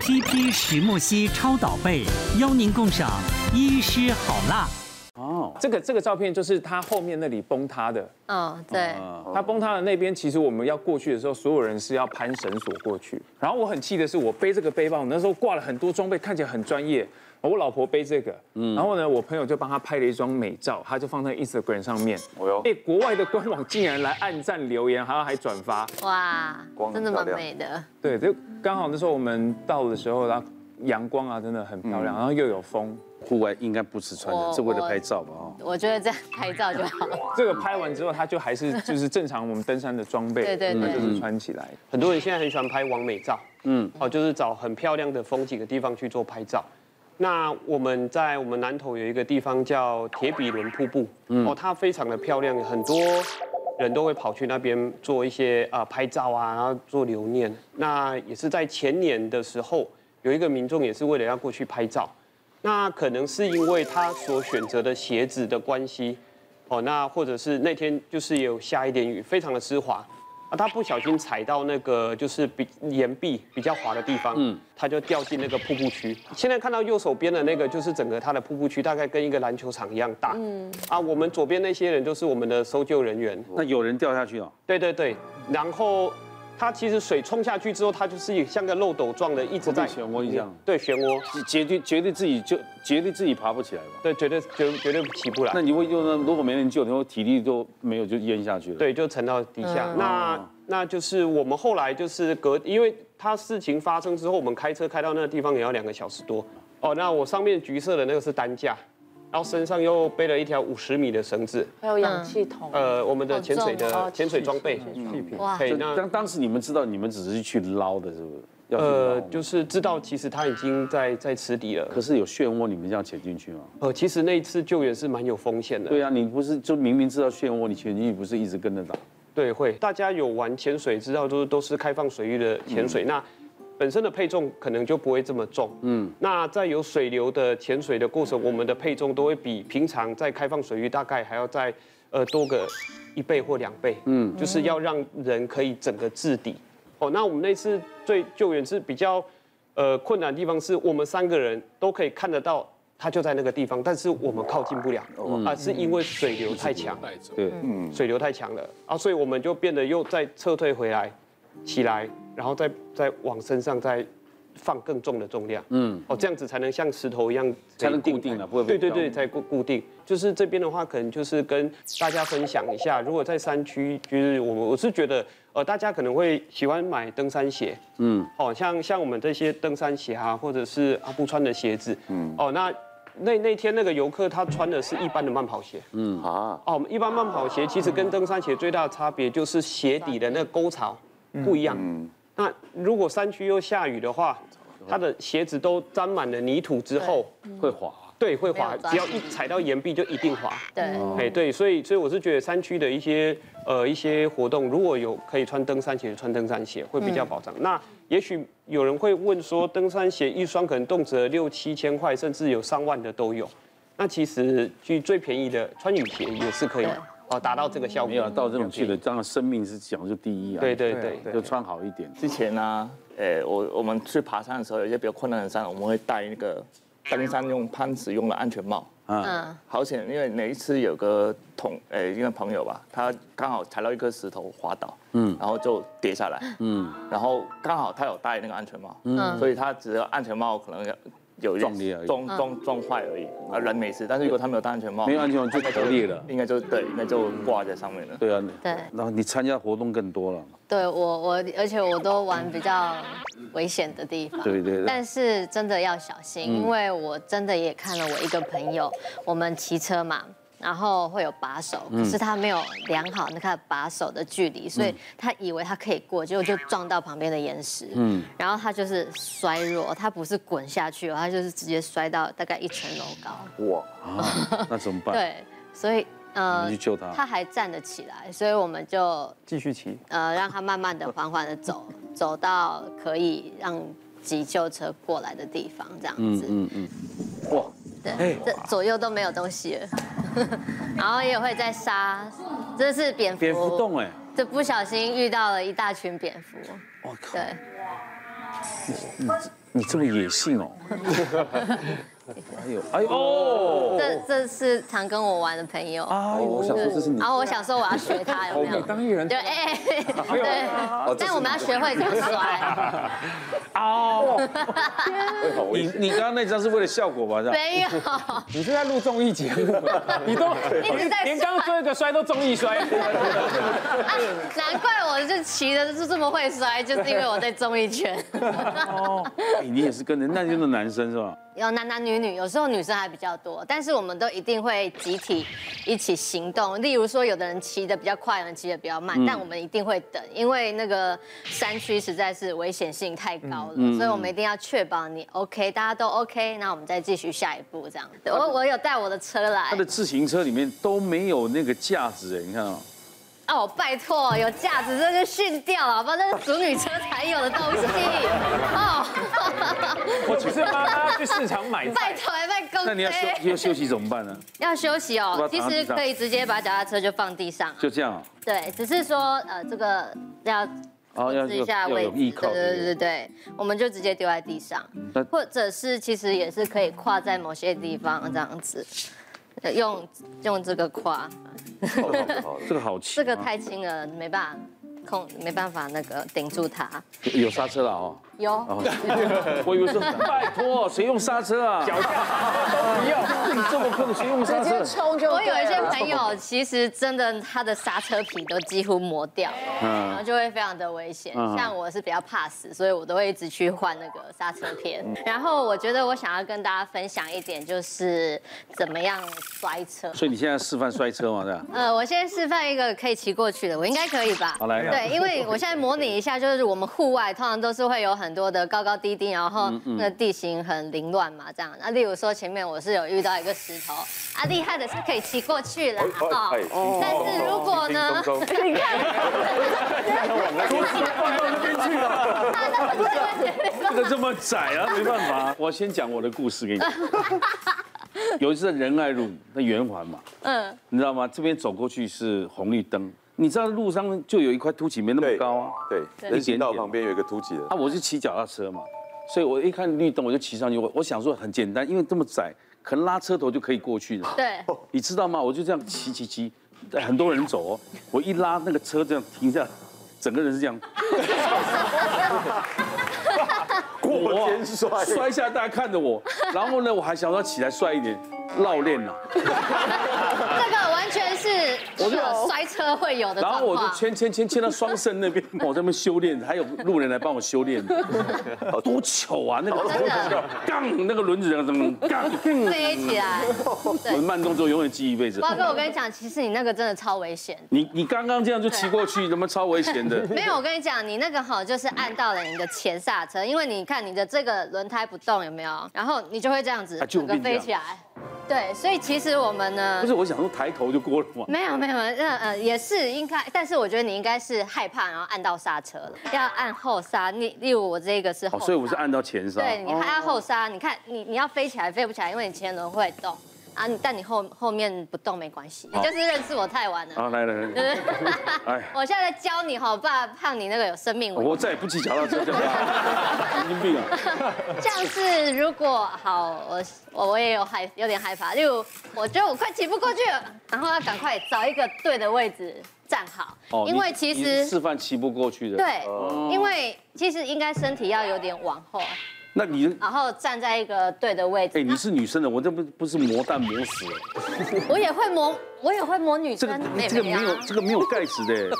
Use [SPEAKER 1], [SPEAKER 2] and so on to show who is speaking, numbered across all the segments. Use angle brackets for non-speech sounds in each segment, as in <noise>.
[SPEAKER 1] CP 石墨烯超导被，邀您共赏医师好辣。
[SPEAKER 2] 哦，这个这个照片就是它后面那里崩塌的，
[SPEAKER 3] 嗯，对，
[SPEAKER 2] 它崩塌的那边，其实我们要过去的时候，所有人是要攀绳索过去。然后我很气的是，我背这个背包，我那时候挂了很多装备，看起来很专业。我老婆背这个，然后呢，我朋友就帮她拍了一张美照，她就放在 Instagram 上面。
[SPEAKER 4] 哦哟
[SPEAKER 2] 哎，国外的官网竟然来暗赞留言，还要还转发。
[SPEAKER 3] 哇
[SPEAKER 4] 光，
[SPEAKER 3] 真的
[SPEAKER 4] 很漂
[SPEAKER 3] 蛮
[SPEAKER 4] 亮
[SPEAKER 3] 美的，
[SPEAKER 2] 对，就刚好那时候我们到的时候，然后阳光啊，真的很漂亮，然后又有风。
[SPEAKER 5] 户外应该不是穿
[SPEAKER 3] 我
[SPEAKER 5] 的，是为了
[SPEAKER 3] 我
[SPEAKER 5] 拍照吧？哦，
[SPEAKER 3] 我觉得这样 <laughs> 拍照就好。
[SPEAKER 2] 这个拍完之后，它就还是就是正常我们登山的装备，
[SPEAKER 3] 对对
[SPEAKER 2] 它
[SPEAKER 3] 对
[SPEAKER 2] 就是穿起来。
[SPEAKER 6] 很多人现在很喜欢拍完美照，嗯，哦，就是找很漂亮的风景的地方去做拍照。那我们在我们南投有一个地方叫铁比伦瀑布，哦，它非常的漂亮，很多人都会跑去那边做一些啊、呃拍照啊，然后做留念。那也是在前年的时候，有一个民众也是为了要过去拍照，那可能是因为他所选择的鞋子的关系，哦，那或者是那天就是有下一点雨，非常的湿滑，啊，他不小心踩到那个就是比岩壁比较滑的地方，嗯，他就掉进那个瀑布区。现在看到右手边的那个就是整个它的瀑布区，大概跟一个篮球场一样大，嗯，啊，我们左边那些人就是我们的搜救人员，
[SPEAKER 5] 那有人掉下去哦，
[SPEAKER 6] 对对对，然后它其实水冲下去之后，它就是像个漏斗状的，一直在
[SPEAKER 5] 像漩涡一样，
[SPEAKER 6] 对漩涡，
[SPEAKER 5] 你绝对绝对自己就绝对自己爬不起来吧？
[SPEAKER 6] 对，绝对绝绝对起不来
[SPEAKER 5] 那。你会用那如果没人救，你会体力都没有就淹下去了。，
[SPEAKER 6] 对，就沉到底下。那那就是我们后来就是隔，因为他事情发生之后，我们开车开到那个地方也要两个小时多。哦，那我上面橘色的那个是担架，然后身上又背了一条五十米的绳子，
[SPEAKER 7] 还有
[SPEAKER 3] 嗯
[SPEAKER 7] 氧气筒，
[SPEAKER 6] 呃，我们的
[SPEAKER 3] 好
[SPEAKER 6] 潜水
[SPEAKER 3] 重
[SPEAKER 7] 哦
[SPEAKER 6] 的潜水装备。
[SPEAKER 3] 哇，
[SPEAKER 6] 对，
[SPEAKER 5] 就
[SPEAKER 6] 那
[SPEAKER 5] 当当时你们知道你们只是去捞的，是不是？要去
[SPEAKER 6] 呃
[SPEAKER 5] 捞，吗
[SPEAKER 6] 就是知道其实他已经在在池底了。
[SPEAKER 5] 可是有漩涡，你们要潜进去吗？
[SPEAKER 6] 呃，其实那一次救援是蛮有风险的。
[SPEAKER 5] 对啊，你不是就明明知道漩涡，你潜进去不是一直跟着打？
[SPEAKER 6] 对，会。大家有玩潜水知道，就是都是开放水域的潜水，那本身的配重可能就不会这么重。嗯，那在有水流的潜水的过程，我们的配重都会比平常在开放水域大概还要再呃多个一倍或两倍。嗯，就是要让人可以整个置底。哦，那我们那次最救援是比较呃困难的地方，是我们三个人都可以看得到。他就在那个地方，但是我们靠近不了啊，是因为水流太强。
[SPEAKER 5] 对，
[SPEAKER 6] 水流太强了啊，所以我们就变得又再撤退回来，起来，然后再再往身上再放更重的重量，嗯，哦，这样子才能像石头一样
[SPEAKER 5] 才能固定啊了不会被
[SPEAKER 6] 对对对，
[SPEAKER 5] 飘
[SPEAKER 6] 才固固定。就是这边的话，可能就是跟大家分享一下，如果在山区，就是我们我是觉得，呃，大家可能会喜欢买登山鞋，嗯，哦，像像我们这些登山鞋啊，或者是阿布穿的鞋子，嗯，哦，那那那天那个游客他穿的是一般的慢跑鞋，
[SPEAKER 5] 嗯
[SPEAKER 4] 啊，
[SPEAKER 6] 哦，我们一般慢跑鞋其实跟登山鞋最大的差别就是鞋底的那个沟槽不一样。那如果山区又下雨的话，它的鞋子都沾满了泥土之后，
[SPEAKER 5] 会滑。
[SPEAKER 6] 对，会
[SPEAKER 3] 没
[SPEAKER 6] 滑
[SPEAKER 3] 有，抓
[SPEAKER 6] 只要一踩到岩壁就一定滑。
[SPEAKER 3] 对，
[SPEAKER 6] 哎，对，所以所以我是觉得山区的一些呃一些活动，如果有可以穿登山鞋，穿登山鞋会比较保障。那也许有人会问说，登山鞋一双可能动辄六七千块，甚至有上万的都有。那其实去最便宜的穿雨鞋也是可以
[SPEAKER 3] 对
[SPEAKER 6] 哦，达到这个效果。
[SPEAKER 5] 没有到这种去的，当然生命是讲究第一啊。
[SPEAKER 6] 对对对
[SPEAKER 5] 就穿好一点。
[SPEAKER 4] 之前呢、呃，我我们去爬山的时候，有一些比较困难的山，我们会戴那个登山用攀石用的安全帽。
[SPEAKER 3] 嗯，
[SPEAKER 4] 好险，因为那一次有个同呃一个朋友吧，他刚好踩到一颗石头滑倒，嗯，然后就跌下来，嗯，然后刚好他有戴那个安全帽，嗯，所以他只要安全帽可能有一
[SPEAKER 5] 撞裂而已
[SPEAKER 4] 撞撞撞坏而已，啊人没事，但是如果他没有戴安全帽，
[SPEAKER 5] 没有安全帽就折裂了
[SPEAKER 4] 应该就对，应该就挂在上面了。
[SPEAKER 5] 对啊，
[SPEAKER 3] 对
[SPEAKER 5] 然后你参加活动更多了，
[SPEAKER 3] 对我我，而且我都玩比较危险的地方。
[SPEAKER 5] 对对
[SPEAKER 3] <laughs>
[SPEAKER 5] 对
[SPEAKER 3] 但是真的要小心，因为我真的也看了我一个朋友，我们骑车嘛。然后会有把手，可是他没有量好那个把手的距离，所以他以为他可以过，结果就撞到旁边的岩石。嗯，然后他就是摔落，他不是滚下去哦，他就是直接摔到大概一层楼高。
[SPEAKER 4] 哇，
[SPEAKER 5] <laughs> 那怎么办？
[SPEAKER 3] 对，所以呃，
[SPEAKER 5] 你去救他
[SPEAKER 3] 他还站得起来，所以我们就
[SPEAKER 2] 继续骑，
[SPEAKER 3] 呃，让他慢慢的、缓缓的
[SPEAKER 5] <laughs>
[SPEAKER 3] 走，走到可以让急救车过来的地方，这样子。嗯嗯
[SPEAKER 5] 哇，
[SPEAKER 3] 对，这左右都没有东西
[SPEAKER 5] <laughs>
[SPEAKER 3] 了，然后也会在杀，这是蝙蝠，
[SPEAKER 5] 蝙蝠洞哎，
[SPEAKER 3] 这不小心遇到了一大群蝙蝠，
[SPEAKER 5] 我靠，
[SPEAKER 3] 对，
[SPEAKER 5] 你这么野性 <laughs> 哦！哎呦，哎呦，
[SPEAKER 3] 这这是常跟我玩的朋友。
[SPEAKER 5] 哎呦，我想说这是你
[SPEAKER 3] 然后我想说我要学他，有没有？
[SPEAKER 2] <laughs> 当艺人
[SPEAKER 3] 对，哎，
[SPEAKER 2] 哦
[SPEAKER 3] 对，但我们要学会怎么摔，
[SPEAKER 5] 你你刚刚那张是为了效果吧？这样
[SPEAKER 2] <laughs>
[SPEAKER 3] 没有，啊
[SPEAKER 2] 你是在录综艺节目， <laughs> 你都
[SPEAKER 3] 一直在
[SPEAKER 2] 连刚刚
[SPEAKER 3] 摔。
[SPEAKER 2] 最后一个摔都综艺
[SPEAKER 3] <laughs>
[SPEAKER 2] 摔，
[SPEAKER 3] 啊难怪我就骑的是这么会摔，就是因为我在综艺圈。
[SPEAKER 5] 哦，哎你也是跟着那就是男生是吧？
[SPEAKER 3] 有男男女女，有时候女生还比较多，但是我们都一定会集体一起行动。例如说，有的人骑的比较快，有人骑的比较
[SPEAKER 5] 嗯
[SPEAKER 3] 慢，但我们一定会等，因为那个山区实在是危险性太高了，
[SPEAKER 5] 嗯
[SPEAKER 3] 所以我们一定要确保你 OK，大家都 OK，那我们再继续下一步这样。对我我有带我的车来
[SPEAKER 5] 他的自行车里面都没有那个架子哎，你看啊，
[SPEAKER 3] 哦，拜托，有架子这就训掉了，好吧？那是主女车才有的东
[SPEAKER 5] <laughs>
[SPEAKER 3] 西哦。
[SPEAKER 2] 我只是帮他去市场买菜。
[SPEAKER 3] 拜托，拜公
[SPEAKER 5] 那你要休要休息怎么办呢？
[SPEAKER 3] 要休息
[SPEAKER 5] 要
[SPEAKER 3] 哦，
[SPEAKER 5] 不
[SPEAKER 3] 其
[SPEAKER 5] 要躺在
[SPEAKER 3] 实
[SPEAKER 5] 地上
[SPEAKER 3] 可以直接把脚踏车就放地上啊。
[SPEAKER 5] 就这样啊，
[SPEAKER 3] 对，只是说呃，这个要 <laughs>
[SPEAKER 5] 哦要
[SPEAKER 3] 控制一下
[SPEAKER 5] 要
[SPEAKER 3] 位
[SPEAKER 5] 有
[SPEAKER 3] 置，
[SPEAKER 5] 依靠
[SPEAKER 3] 对对
[SPEAKER 5] 对
[SPEAKER 3] 对对，我们就直接丢在地上
[SPEAKER 5] 那，
[SPEAKER 3] 或者是其实也是可以跨在某些地方这样子，呃用用这个跨，
[SPEAKER 5] 这个好奇
[SPEAKER 3] <laughs>
[SPEAKER 5] 啊，
[SPEAKER 3] 这个太轻了，没办法控，没办法那个顶住它。
[SPEAKER 5] 有有刹车了哦。
[SPEAKER 3] 有，
[SPEAKER 5] 我以为说拜托，谁用刹车啊？脚下不要， <laughs> 你这么困，谁用
[SPEAKER 7] 直
[SPEAKER 5] 刹
[SPEAKER 7] 接
[SPEAKER 5] 车？
[SPEAKER 7] 冲就
[SPEAKER 3] 我
[SPEAKER 7] 对
[SPEAKER 3] 有一些
[SPEAKER 7] 了
[SPEAKER 3] 朋友其实真的他的刹车皮都几乎磨掉了。然后
[SPEAKER 5] 嗯，
[SPEAKER 3] 就会非常的危险。
[SPEAKER 5] 嗯
[SPEAKER 3] 像我是比较怕死，所以我都会一直去换那个刹车片。
[SPEAKER 5] 嗯
[SPEAKER 3] 然后我觉得我想要跟大家分享一点，就是怎么样摔车。
[SPEAKER 5] 所以你现在示范摔车嘛，是吧？
[SPEAKER 3] 呃，我先示范一个可以骑过去的，我应该可以吧？
[SPEAKER 5] 好来
[SPEAKER 3] 对，因为我现在模拟一下，就是我们户外通常都是会有很多的高高低低，然后
[SPEAKER 5] 嗯
[SPEAKER 3] 那个地形很凌乱嘛，这样。那例如说前面我是有遇到一个石头，啊，厉害的是可以骑过去了哦。
[SPEAKER 5] 哎
[SPEAKER 3] 但是如果呢，你 <laughs> 看，
[SPEAKER 5] 这个这么窄啊，没办法。 <laughs> 我先讲我的故事给 <laughs> 你。有一次在仁爱路那圆环嘛，
[SPEAKER 3] 嗯，
[SPEAKER 5] 你知道吗？这边走过去是红绿灯，你知道路上就有一块凸起，没那么高啊。
[SPEAKER 8] 对，
[SPEAKER 5] 一
[SPEAKER 8] 人
[SPEAKER 5] 点点
[SPEAKER 8] 行道旁边有一个凸起的
[SPEAKER 5] 啊，，我就骑脚踏车嘛，所以我一看绿灯我就骑上去。我我想说很简单，因为这么窄，可能拉车头就可以过去了。 <laughs>
[SPEAKER 3] 对。
[SPEAKER 5] 你知道吗？我就这样骑骑骑，很多人走哦，我一拉那个车这样停下，整个人是这样。过肩摔，摔下来大家看
[SPEAKER 3] <laughs>
[SPEAKER 5] 着我，然后呢，我还想要起来帅一点，绕链
[SPEAKER 3] 哦
[SPEAKER 5] 呐，
[SPEAKER 3] 这个完全是有摔车会有的
[SPEAKER 5] 然
[SPEAKER 3] 状
[SPEAKER 5] 后我就
[SPEAKER 3] 况。
[SPEAKER 5] 牵牵牵牵到双肾那
[SPEAKER 3] <laughs>
[SPEAKER 5] 边，我这边修炼，还有路人来帮我修炼，多糗啊！那
[SPEAKER 3] 真
[SPEAKER 5] 个
[SPEAKER 3] 的
[SPEAKER 5] 杠，那个轮子怎么杠？
[SPEAKER 3] 飞起来，
[SPEAKER 5] 我的慢动作永远记一
[SPEAKER 3] <laughs>
[SPEAKER 5] 辈子。
[SPEAKER 3] 瓜哥，我跟你讲，其实你那个真的超危险。
[SPEAKER 5] 你你刚刚这样就骑
[SPEAKER 3] <laughs>
[SPEAKER 5] 过去，他妈超危险的。
[SPEAKER 3] 没有，我跟你讲，你那个哈就是按到了你的前刹车，因为你看你的这个轮胎不动有没有？然后你就会这样子
[SPEAKER 5] 啊就
[SPEAKER 3] 整
[SPEAKER 5] 会
[SPEAKER 3] 个
[SPEAKER 5] 变这
[SPEAKER 3] 飞
[SPEAKER 5] 样
[SPEAKER 3] 起来。对，所以其实我们呢
[SPEAKER 5] 不，是，我想说抬头就过了嘛。
[SPEAKER 3] <laughs> 没有没有，那呃也是应该，但是我觉得你应该是害怕，然后按到刹车了，要按后刹。例例如我这个是后
[SPEAKER 5] 哦，
[SPEAKER 3] 刹，
[SPEAKER 5] 所以我是按到前刹。哦
[SPEAKER 3] 对你还要后刹，你看你你要飞起来飞不起来，因为你前轮会动啊，你但你后后面不动没关系，你就是认识我太晚了。
[SPEAKER 5] 啊，来来来，
[SPEAKER 3] <laughs>
[SPEAKER 5] 哎，
[SPEAKER 3] 我现在在教你好，怕怕你那个有生命危
[SPEAKER 5] 我再也不骑脚踏车这样了，神经病啊！
[SPEAKER 3] <laughs> 险。像是如果好，我我我也有害有点害怕，例如我觉得我快骑不过去了，然后要赶快找一个对的位置站好，因为
[SPEAKER 5] 哦你
[SPEAKER 3] 其
[SPEAKER 5] 你是哦
[SPEAKER 3] 实
[SPEAKER 5] 示范骑不过去的。，
[SPEAKER 3] 对，因为其实应该身体要有点往后，
[SPEAKER 5] 那你
[SPEAKER 3] 然后站在一个对的位置。
[SPEAKER 5] 哎，你是女生的，我这不不是磨蛋磨死了，
[SPEAKER 3] 啊我也会磨，我也会磨女
[SPEAKER 5] 这
[SPEAKER 3] 生
[SPEAKER 5] 个
[SPEAKER 3] 妹
[SPEAKER 5] 这个
[SPEAKER 3] 妹
[SPEAKER 5] 没
[SPEAKER 3] 啊
[SPEAKER 5] 有这个没有盖子的，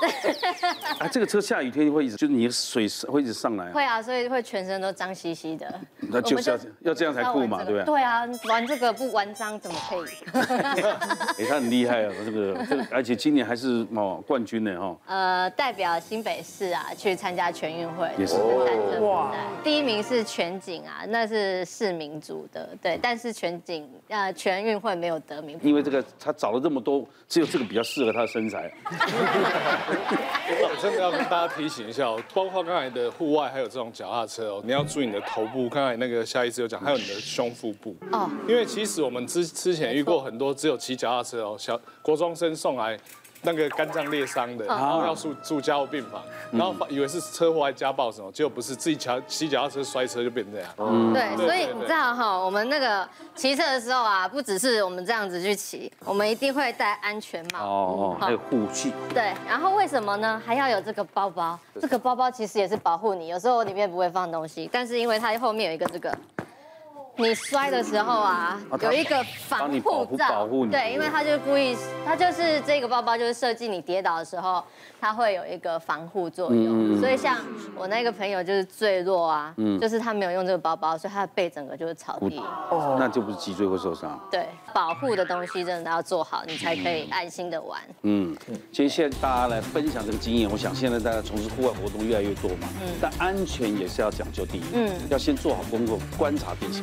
[SPEAKER 5] 哎，这个车下雨天会一直就是你的水会一直上来啊，
[SPEAKER 3] 会啊，所以会全身都脏兮兮的。
[SPEAKER 5] 那就是要
[SPEAKER 3] 我们
[SPEAKER 5] 要这样才酷嘛，对不对？
[SPEAKER 3] 对啊，玩这个不玩脏怎么可
[SPEAKER 5] <laughs>
[SPEAKER 3] 以？
[SPEAKER 5] 哎，他很厉害啊，这个这个，而且今年还是哦冠军呢哈，
[SPEAKER 3] 呃，代表新北市啊去参加全运会，
[SPEAKER 5] 也是
[SPEAKER 3] 就是单车比赛第一名是全景啊，那是市民组的，对，但是全景呃全运会没有得名。
[SPEAKER 5] 因为这个他找了这么多，只有这个比较适合他的身材。
[SPEAKER 9] 我 <laughs> 真的要跟大家提醒一下哦，包括刚才的户外，还有这种脚踏车哦，你要注意你的头部。刚才那个夏医师有讲，还有你的胸腹部
[SPEAKER 3] 哦
[SPEAKER 9] 哦，因为其实我们之之前遇过很多只有骑脚踏车哦，小国中生送来那个肝脏裂伤的，然后要住住加护病房，然后发以为是车祸还家暴什么，结果不是，自己骑骑脚踏车摔车就变成这样。
[SPEAKER 5] 嗯
[SPEAKER 3] 对，所以
[SPEAKER 9] 对
[SPEAKER 3] 你知道哈，我们那个骑车的时候啊，不只是我们这样子去骑，我们一定会戴安全帽。
[SPEAKER 5] 哦，还有护具，
[SPEAKER 3] 对，然后为什么呢？还要有这个包包，这个包包其实也是保护你，有时候里面不会放东西，但是因为它后面有一个这个。你摔的时候啊，
[SPEAKER 5] 啊它
[SPEAKER 3] 有一个防
[SPEAKER 5] 帮你保
[SPEAKER 3] 护
[SPEAKER 5] 护
[SPEAKER 3] 罩，
[SPEAKER 5] 保护你
[SPEAKER 3] 对，因为它就是故意，它就是这个包包就是设计你跌倒的时候，它会有一个防护作用。
[SPEAKER 5] 嗯
[SPEAKER 3] 所以像我那个朋友就是坠落啊，就是他没有用这个包包，所以他的背整个就是草地。
[SPEAKER 5] 那就不是脊椎会受伤。
[SPEAKER 3] 对，保护的东西真的要做好，你才可以安心的玩。
[SPEAKER 5] 嗯，其实现在大家来分享这个经验，我想现在大家从事户外活动越来越多嘛，但安全也是要讲究第一，嗯
[SPEAKER 3] 嗯，
[SPEAKER 5] 要先做好功课，观察辨识。